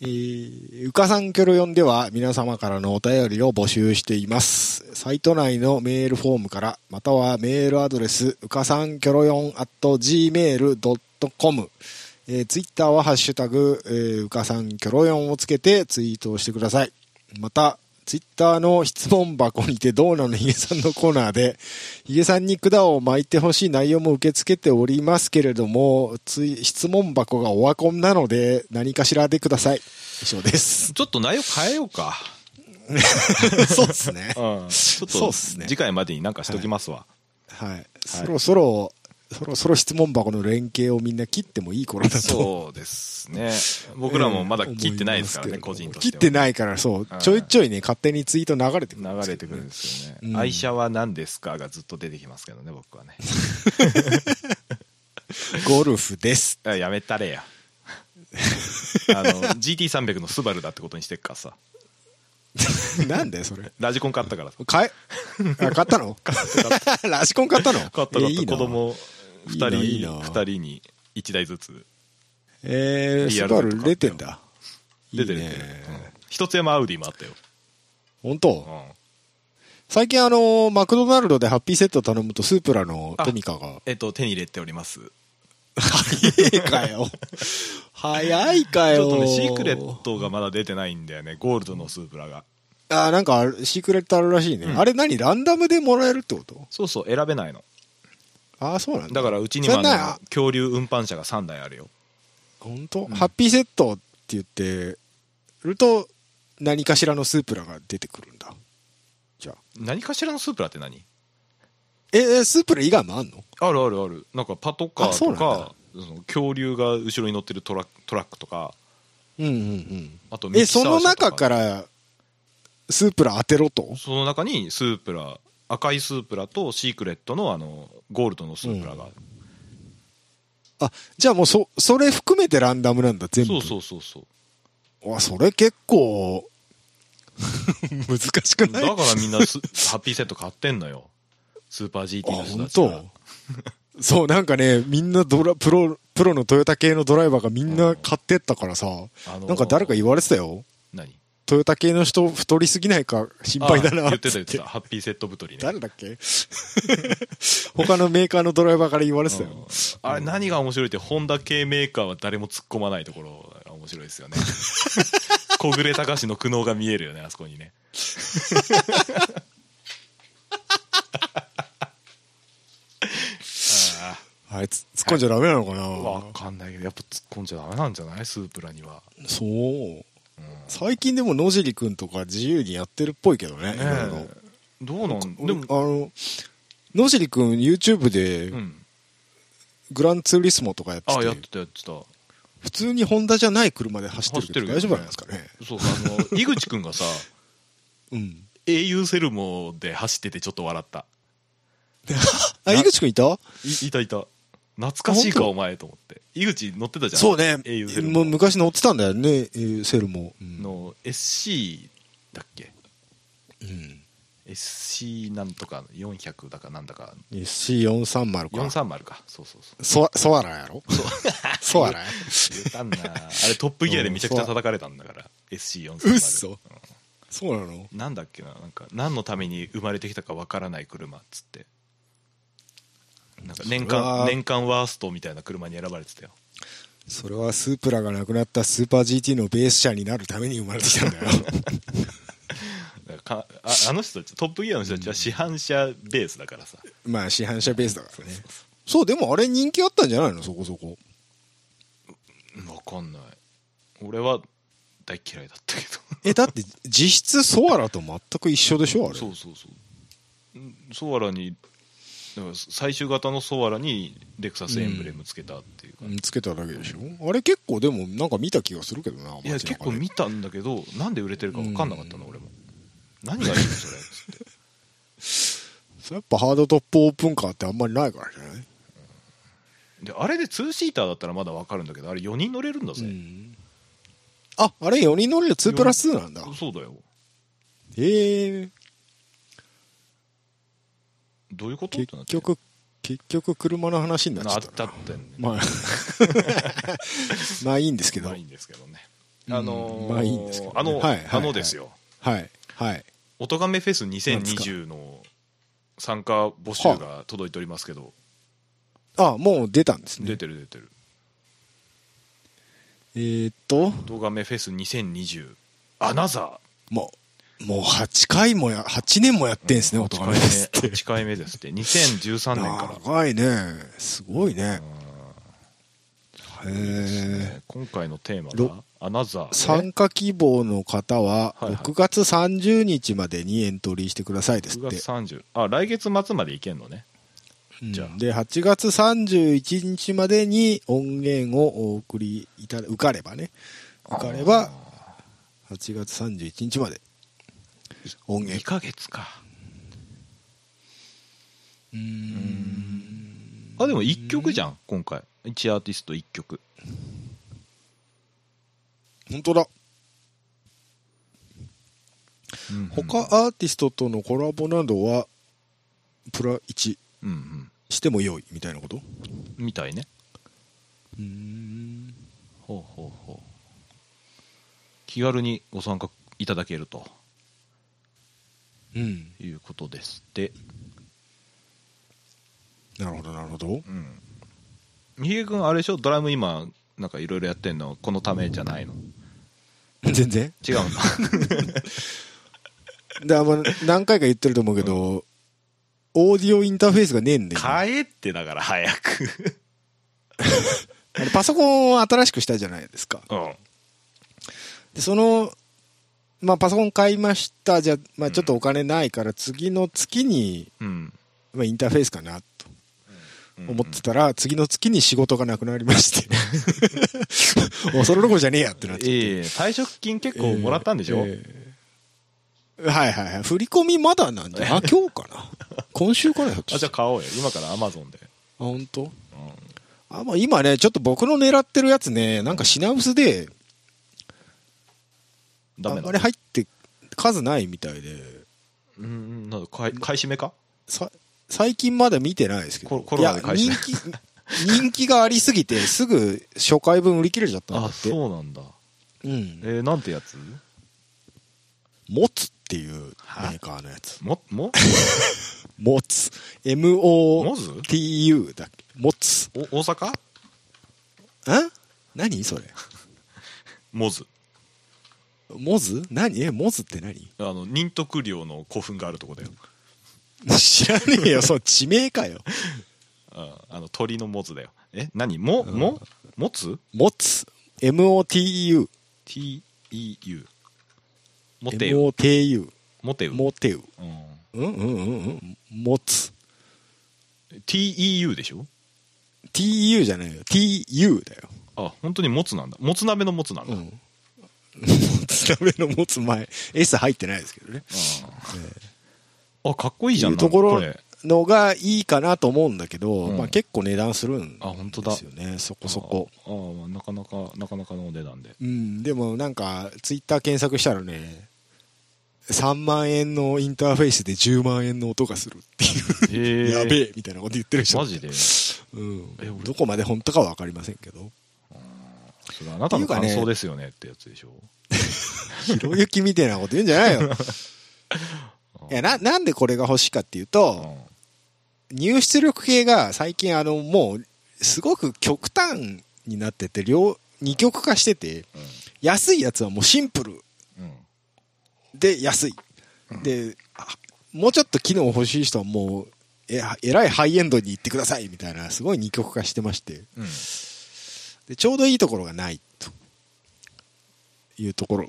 S1: えー、うかさんきょろよんでは皆様からのお便りを募集しています。サイト内のメールフォームから、またはメールアドレス、うかさんきょろよん at gmail.com。えー、ツイッターはハッシュタグ、えーうかさんきょろよんをつけてツイートをしてください。また、ツイッターの質問箱にてどうなのヒゲさんのコーナーで、ヒゲさんに管を巻いてほしい内容も受け付けておりますけれども、つい質問箱がオワコンなので何かしらでください。以上 です。
S2: ちょっと内容変えようか
S1: そうですね
S2: う。んちょっ
S1: そう
S2: と
S1: っすね
S2: 次回までになんかしときますわ
S1: はい。そろそろ、そろそろ質問箱の連携をみんな切ってもいい頃だと。
S2: そうですね僕らもまだ切ってないですからね
S1: 思ま
S2: 個
S1: すけれど
S2: 人
S1: も
S2: とし
S1: 切
S2: て
S1: っ
S2: は
S1: てないから、そう
S2: うん。
S1: ちょいちょいね、勝手にツイート流れてくるんです
S2: 流れ
S1: けど
S2: てく
S1: ね、
S2: るんですよね、
S1: うん
S2: 愛車は何ですかがずっと出てきますけどね僕 はね
S1: ゴルフです。
S2: あやめ たれやあの GT300 のスバルだってことにしてっからさ
S1: なんだよ、それ。
S2: ラジコン買ったから買
S1: 買え、あ買ったの ラジコン買ったの買
S2: った買った子供2人
S1: いいな
S2: 2人に1台ずつ
S1: えー、
S2: リア
S1: ス
S2: ル
S1: バ
S2: だと
S1: ル出てんだ。
S2: 出て
S1: い
S2: る
S1: い
S2: 出
S1: ね
S2: てるうん一つ山アウディもあったよ、
S1: 本
S2: う
S1: 当
S2: ん
S1: 最近あの、マクドナルドでハッピーセット頼むとスープラの
S2: あ
S1: トミカが。
S2: えっと手に入れております
S1: 早いか よ。早いか
S2: ち
S1: よ。
S2: ょっとねシークレットがまだ出てないんだよねゴールドのスープラが
S1: あ、なんかある、シークレットあるらしいね。
S2: うん
S1: あれ何ランダムでもらえるってこと
S2: そうそう選べないの
S1: あ、そうなんだ。
S2: だからうちに
S1: そ
S2: は
S1: れ
S2: あ
S1: な
S2: の恐竜運搬車が3台あるよ
S1: 本当、ハッピーセットって言ってると、何かしらのスープラが出てくるんだ。じゃあ。
S2: 何かしらのスープラって何
S1: え、えスープラ以外もあんの
S2: あるあるあるなんかパトカ
S1: あ
S2: ー
S1: そう
S2: と
S1: なんだ
S2: かその恐竜が後ろに乗ってるトラトラックとか
S1: うんうんうん。
S2: あとミ
S1: え、
S2: キサー
S1: そ
S2: 車と
S1: の中から、スープラ当てろと
S2: その中にスープラ赤いスープラとシークレットのあのゴールドのスープラが、
S1: あ、じゃあもうそ、それ含めてランダムなんだ、全部。
S2: そうそうそうそう
S1: うわ、それ結 構、難しくな
S2: だ
S1: い
S2: からみんな スハッピーセット買ってんのよスーパー GT
S1: あ、
S2: の人
S1: 本
S2: たちが
S1: 当そう、なんかね、みんなドラ、プロ、プロのトヨタ系のドライバーがみんな買ってったからさ、
S2: あのー
S1: なんか誰か言われてたよ。
S2: 何
S1: トヨタ系の人太りすぎないか心配だ
S2: あ
S1: な
S2: 言
S1: っ
S2: っててた言ってたハッピーセット太りね
S1: 誰だっけ 他のメーカーのドライバーから言われてた
S2: うん
S1: よ。
S2: あれ何が面白いってホンダ系メーカーは誰も突っ込まないところが面白いです よね小暮隆史の苦悩が見えるよねあそこにね
S1: あれ、つ突っ込んじゃダメなのかな、
S2: 分かんないけどやっぱ突っ込んじゃダメなんじゃないスープラには
S1: そう、最近でも野尻くんとか自由にやってるっぽいけどね。いろいろ
S2: どうなん
S1: で
S2: で
S1: も
S2: も、
S1: あの、野尻くん YouTube で
S2: うん、
S1: グランツーリスモとかやって
S2: あ
S1: て、
S2: やってたやってた
S1: 普通にホンダじゃない車で走ってるけど
S2: 走
S1: 大
S2: って
S1: 丈
S2: るけどね
S1: 夫なんですかね。
S2: そうあ の井口くんがさ
S1: うん。
S2: 英雄セルモで走っててちょっと笑った
S1: あ、井口くんいた
S2: いいたいた懐かしい
S1: あ
S2: か
S1: 本当
S2: お前と思って井口乗ってたじゃん
S1: そうね
S2: 英雄セル。
S1: も
S2: モ
S1: う昔乗ってたんだよね、えーセルも。うん
S2: の SC だっけ
S1: うん。
S2: SC なんとか400だかなんだか
S1: SC430 か。
S2: 430かそうそうそう
S1: ソソアラやろ ソアラ
S2: 言っ たんなあれトップギアでめちゃくちゃ叩かれたんだから SC430
S1: うっそそうなの
S2: なんだっけななんか何のために生まれてきたかわからない車っつってなんか年
S1: それ
S2: 間
S1: は
S2: 年間ワーストみたいな車に選ばれてたよ
S1: それはスープラがなくなったスーパー GT のベース車になるために生まれてきたん だよ。
S2: だからかああの人たちトップギアの人たちは市販車ベースだからさ
S1: まあ市販車ベースだからね。そう、でもあれ人気あったんじゃないのそこそこ。
S2: 分かんない俺は大嫌いだったけ
S1: え、だって実質ソアラと全く一緒でしょあ
S2: ど
S1: れ。
S2: そうそうそううんソアラにだから最終型のソアラにレクサスエンブレムつけたっていうか、
S1: うんつけただけでしょあれ結構でもなんか見た気がするけどな。
S2: いや
S1: 街中
S2: 結
S1: で
S2: 構見たんだけどなんで売れてるか分かんなかったの、俺も何がいいのそれっつって
S1: それやっぱハードトップオープンカーってあんまりないからじゃない
S2: であれで2シーターだったらまだ分かるんだけどあれ4人乗れるんだ
S1: う
S2: ぜ、
S1: んああれ4人乗れる2プラス2なんだ
S2: そうだよ
S1: へえ
S2: どういうことってな
S1: 結
S2: って
S1: 局結局車の話になっち
S2: な
S1: ゃっ
S2: っ
S1: た
S2: た
S1: な
S2: ってんね
S1: ま あまあいいんですけど
S2: まあいいんですけどねあのー
S1: うんまあいいんですけどね
S2: あの、
S1: はいはいはい
S2: あのですよ
S1: はいはい
S2: 「おとがめフェス2020」の参加募集が届いておりますけど、
S1: あもう出たんです
S2: 出
S1: ね
S2: てる出てる
S1: えーっと
S2: 「おとがめフェス2020アナザ
S1: もうもう8回もや8年もやってんす
S2: ー」
S1: ね音がですって
S2: 8回目ですって2013年から
S1: 長いねすごいねへえ
S2: ね今回のテーマが
S1: ろ
S2: 「アナザー」
S1: 参加希望の方は
S2: はいはい
S1: 6月30日までにエントリーしてくださいです
S2: 6
S1: って、
S2: 月30あ来月末までいけんのね
S1: うん
S2: じゃあ
S1: で8月31日までに音源をお送りいただ受かればね受かれば8月31日まで音
S2: 2
S1: 源
S2: ヶ月か
S1: うーん
S2: あでも1曲じゃん今回1アーティスト1曲
S1: 本当だ他アーティストとのコラボなどはプラ1
S2: うんうん
S1: しても良いみたいなこと
S2: みたいね
S1: うーん
S2: ほうほうほう気軽にご参加いただけると
S1: うん
S2: いうことですって
S1: なるほどなるほ ど
S2: うんひげ君あれでしょドラム今なんかいろいろやってんのこのためじゃないの
S1: 全然
S2: 違うんだ
S1: であんま何回か言ってると思うけど、オーディオインターフェースがねえんだよあ
S2: 変えってだから早く
S1: れパソコンを新しくしたじゃないですか
S2: うん
S1: でその、まあ、パソコン買いましたじゃあ、まあ、ちょっとお金ないから次の月に、
S2: うん
S1: まあ、インターフェースかなと
S2: うん
S1: 思ってたら、次の月に仕事がなくなりまして おそれどころじゃねえやってなっちゃって、
S2: ええ退職金結構もらったんでしょ、
S1: ええはいはいはい振り込みまだなんじゃあ今日かな今週かなひょっと
S2: あ
S1: し
S2: じ
S1: て
S2: ゃあ買おうよ今からアマゾンで、
S1: あ本当
S2: うん
S1: あ、まあ、今ね、ちょっと僕の狙ってるやつね、なんか品薄で、
S2: ダ
S1: あん
S2: メな
S1: ま
S2: の
S1: り入って、数ないみたいで、
S2: うんうんなんだ買い買い占めか
S1: さ最近まだ見てないですけ
S2: コロ
S1: ど、
S2: コロナで
S1: いや
S2: 会社
S1: 人気、人気がありすぎて、すぐ初回分売り切れちゃったんだ
S2: あ
S1: って。
S2: そうなんだ
S1: うん。
S2: えー、なんてやつ
S1: モツっていうメーカーのやつ。
S2: も
S1: モ
S2: も
S1: ツ。
S2: モズ
S1: MOTU だっけ。モツ。
S2: お 大阪
S1: ん何それ。
S2: モズ
S1: モズ何え、モズって何
S2: あの忍徳寮の古墳があるとこだよ
S1: 知らねえ よ、その地名かよ。
S2: ああの鳥のモズだよえ何ももモツ
S1: モツ。MOTU。
S2: ?TEU モテウ
S1: MOTU。
S2: モテウ、
S1: モテウ。
S2: うん、
S1: うんうんうんうん。モツ。
S2: TEU でしょ
S1: TU じゃないよ。TU だよ。
S2: あ本当にモツなんだモツ鍋のモツなんだ、
S1: うん。モツ鍋の持つ前。S 入ってないですけどね。
S2: あかっこいいじゃん
S1: いうとこ
S2: な
S1: ろ
S2: んかれ
S1: のがいいかなと思うんだけど、
S2: うん
S1: まあ結構値段するん
S2: あ本当だ
S1: ですよね。そこそこ。
S2: あーあーなかなかなかなかのお値段で
S1: うん。でもなんか、ツイッター検索したらね、3万円のインターフェースで10万円の音がするっていう、
S2: へ え
S1: やべえみたいなこと言ってる人
S2: マジでそえ
S1: うん
S2: 俺
S1: どこまで本当かは分かりませんけど
S2: れあなたの感想ですよねってやつでしょ
S1: ひろゆきみたいなこと言うんじゃない よいやななんでこれが欲しいかっていうと、入出力系が最近あのもうすごく極端になってて両二極化してて
S2: うん
S1: 安いやつはもうシンプル
S2: うん
S1: で安い、であもうちょっと機能欲しい人はもうええらいハイエンドに行ってくださいみたいなすごい二極化してまして
S2: うんうん
S1: でちょうどいいところがないというところ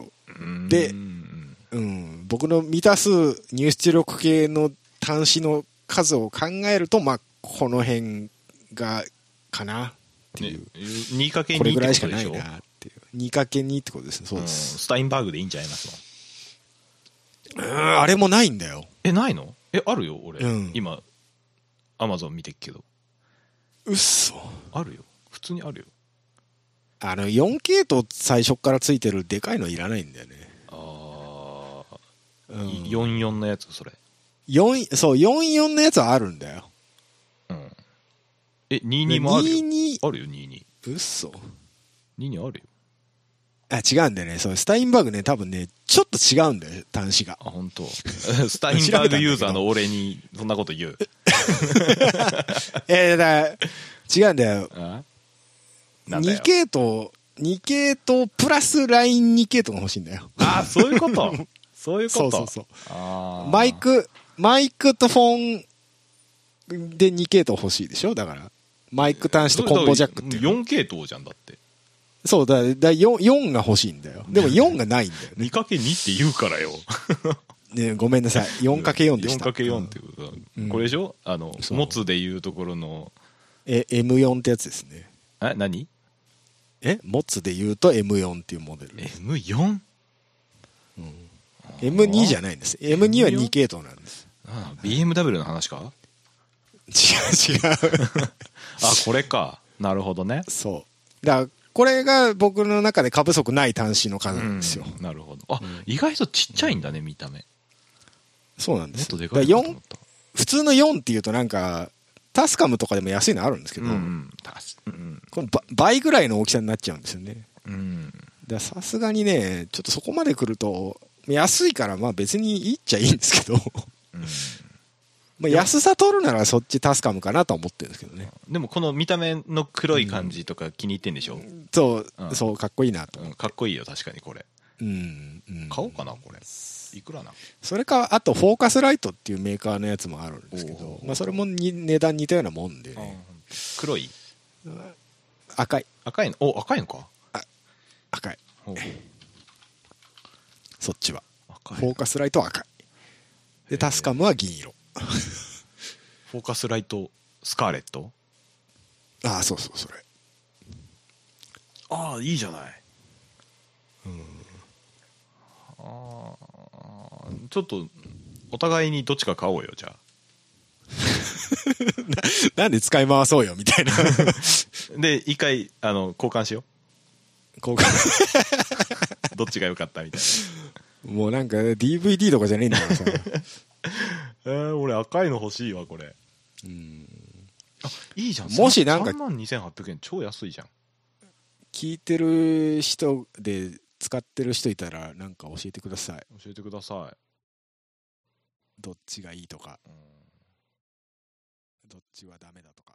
S1: で
S2: うん
S1: うん、僕の満たす入出力系の端子の数を考えると、まあ、この辺が、かなって
S2: ね
S1: いう、
S2: 2かけ2
S1: これぐらい
S2: っ
S1: してか
S2: こ
S1: な
S2: とで
S1: い
S2: しょ
S1: なっていう。2×2 ってことですね、そう
S2: うん
S1: です。
S2: スタインバーグでいいんじゃないます
S1: うんあれもないんだよ
S2: えないのえあるよ俺、
S1: うん
S2: 今アマゾン見てっけど
S1: うっそ
S2: あるよ普通にあるよ
S1: あの 4K と最初からついてるでかいのいらないんだよね、
S2: ああ、
S1: うん、
S2: 44のやつそれ
S1: 4そう44のやつはあるんだよ
S2: うんえ22もあるよ
S1: 22
S2: あるよ22
S1: うっそ
S2: 22あるよ
S1: あ違うんだよねそうスタインバーグね多分ねちょっと違うんだよ端子が
S2: あ本当。 スタインバーグユーザーの俺にそんなこと言う
S1: えー、だから違うんだよ
S2: あなんだよ
S1: 2K と 2K とプラス LINE2K とが欲しいんだよ
S2: あそういうことそういうこと
S1: そうそうそう
S2: あー
S1: マイクマイクとフォンで 2K と欲しいでしょだからマイク端子とコンボジャックっていうの
S2: 4系統じゃんだって
S1: そうだだ 4, 4が欲しいんだよでも4がないんだよ
S2: 2×2 って言うからよ
S1: ねねごめんなさい 4×4 でした
S2: 4×4 っ
S1: う
S2: て
S1: ん
S2: ことだ、
S1: うん
S2: これでしょあの
S1: そう
S2: 持つでいうところの
S1: え M4 ってやつですね
S2: え何
S1: えモツで言うと M4 っていうモデル
S2: M4?
S1: M2 じゃないんです M2 は 2K 系統なんです
S2: ああ BMW の話か
S1: 違う違う
S2: あこれかなるほどね
S1: そうだからこれが僕の中で過不足ない端子の数なんですよ、
S2: うんなるほどあ、意外とちっちゃいんだね見た目
S1: そうなんで
S2: もっ
S1: す
S2: と
S1: よ
S2: で
S1: だ
S2: か
S1: か
S2: い
S1: ら
S2: のかと
S1: 4
S2: 思った
S1: 普通の4っていうとなんかタスカムとかでも安いのあるんですけど、
S2: うんうんたしうん
S1: このば倍ぐらいの大きさになっちゃうんですよね
S2: うん
S1: だからさすがにねちょっとそこまで来ると安いからまあ別にいいっちゃいいんですけど
S2: うん
S1: まあ安さ取るならそっちタスカムかなとは思ってるんですけどね
S2: でもこの見た目の黒い感じとか気に入ってんでしょ、
S1: そう、
S2: うん
S1: そうかっこいいなと
S2: うんかっこいいよ確かにこれ
S1: うん、うん、
S2: 買おうかなこれいくらな
S1: それかあとフォーカスライトっていうメーカーのやつもあるんですけ
S2: お
S1: ど
S2: う、
S1: まあ、それもに値段似たようなもんで、ね、
S2: 黒い
S1: 赤い
S2: 赤いのお赤いのか
S1: 赤い
S2: お
S1: そっちは、
S2: 赤
S1: フォーカスライトは赤いでタスカムは銀色
S2: フォーカスライトスカーレット
S1: ああそうそうそれ
S2: ああいいじゃないああちょっとお互いにどっちか買おうよじゃ
S1: なんで使い回そうよみたいな
S2: あで一回あの交換しよ
S1: こう
S2: う どっちが良かったみたい
S1: もうなんか DVD とかじゃねえんだからさ、
S2: なえー、俺赤いの欲しいわこれ
S1: うん、
S2: いいじゃん
S1: もしなんか
S2: 3万2800円超安いじゃん
S1: 聞いてる人で使ってる人いたらなんか教えてください
S2: 教えてくださ
S1: どっちがいいとか
S2: い、うん
S1: どっちはダメだとか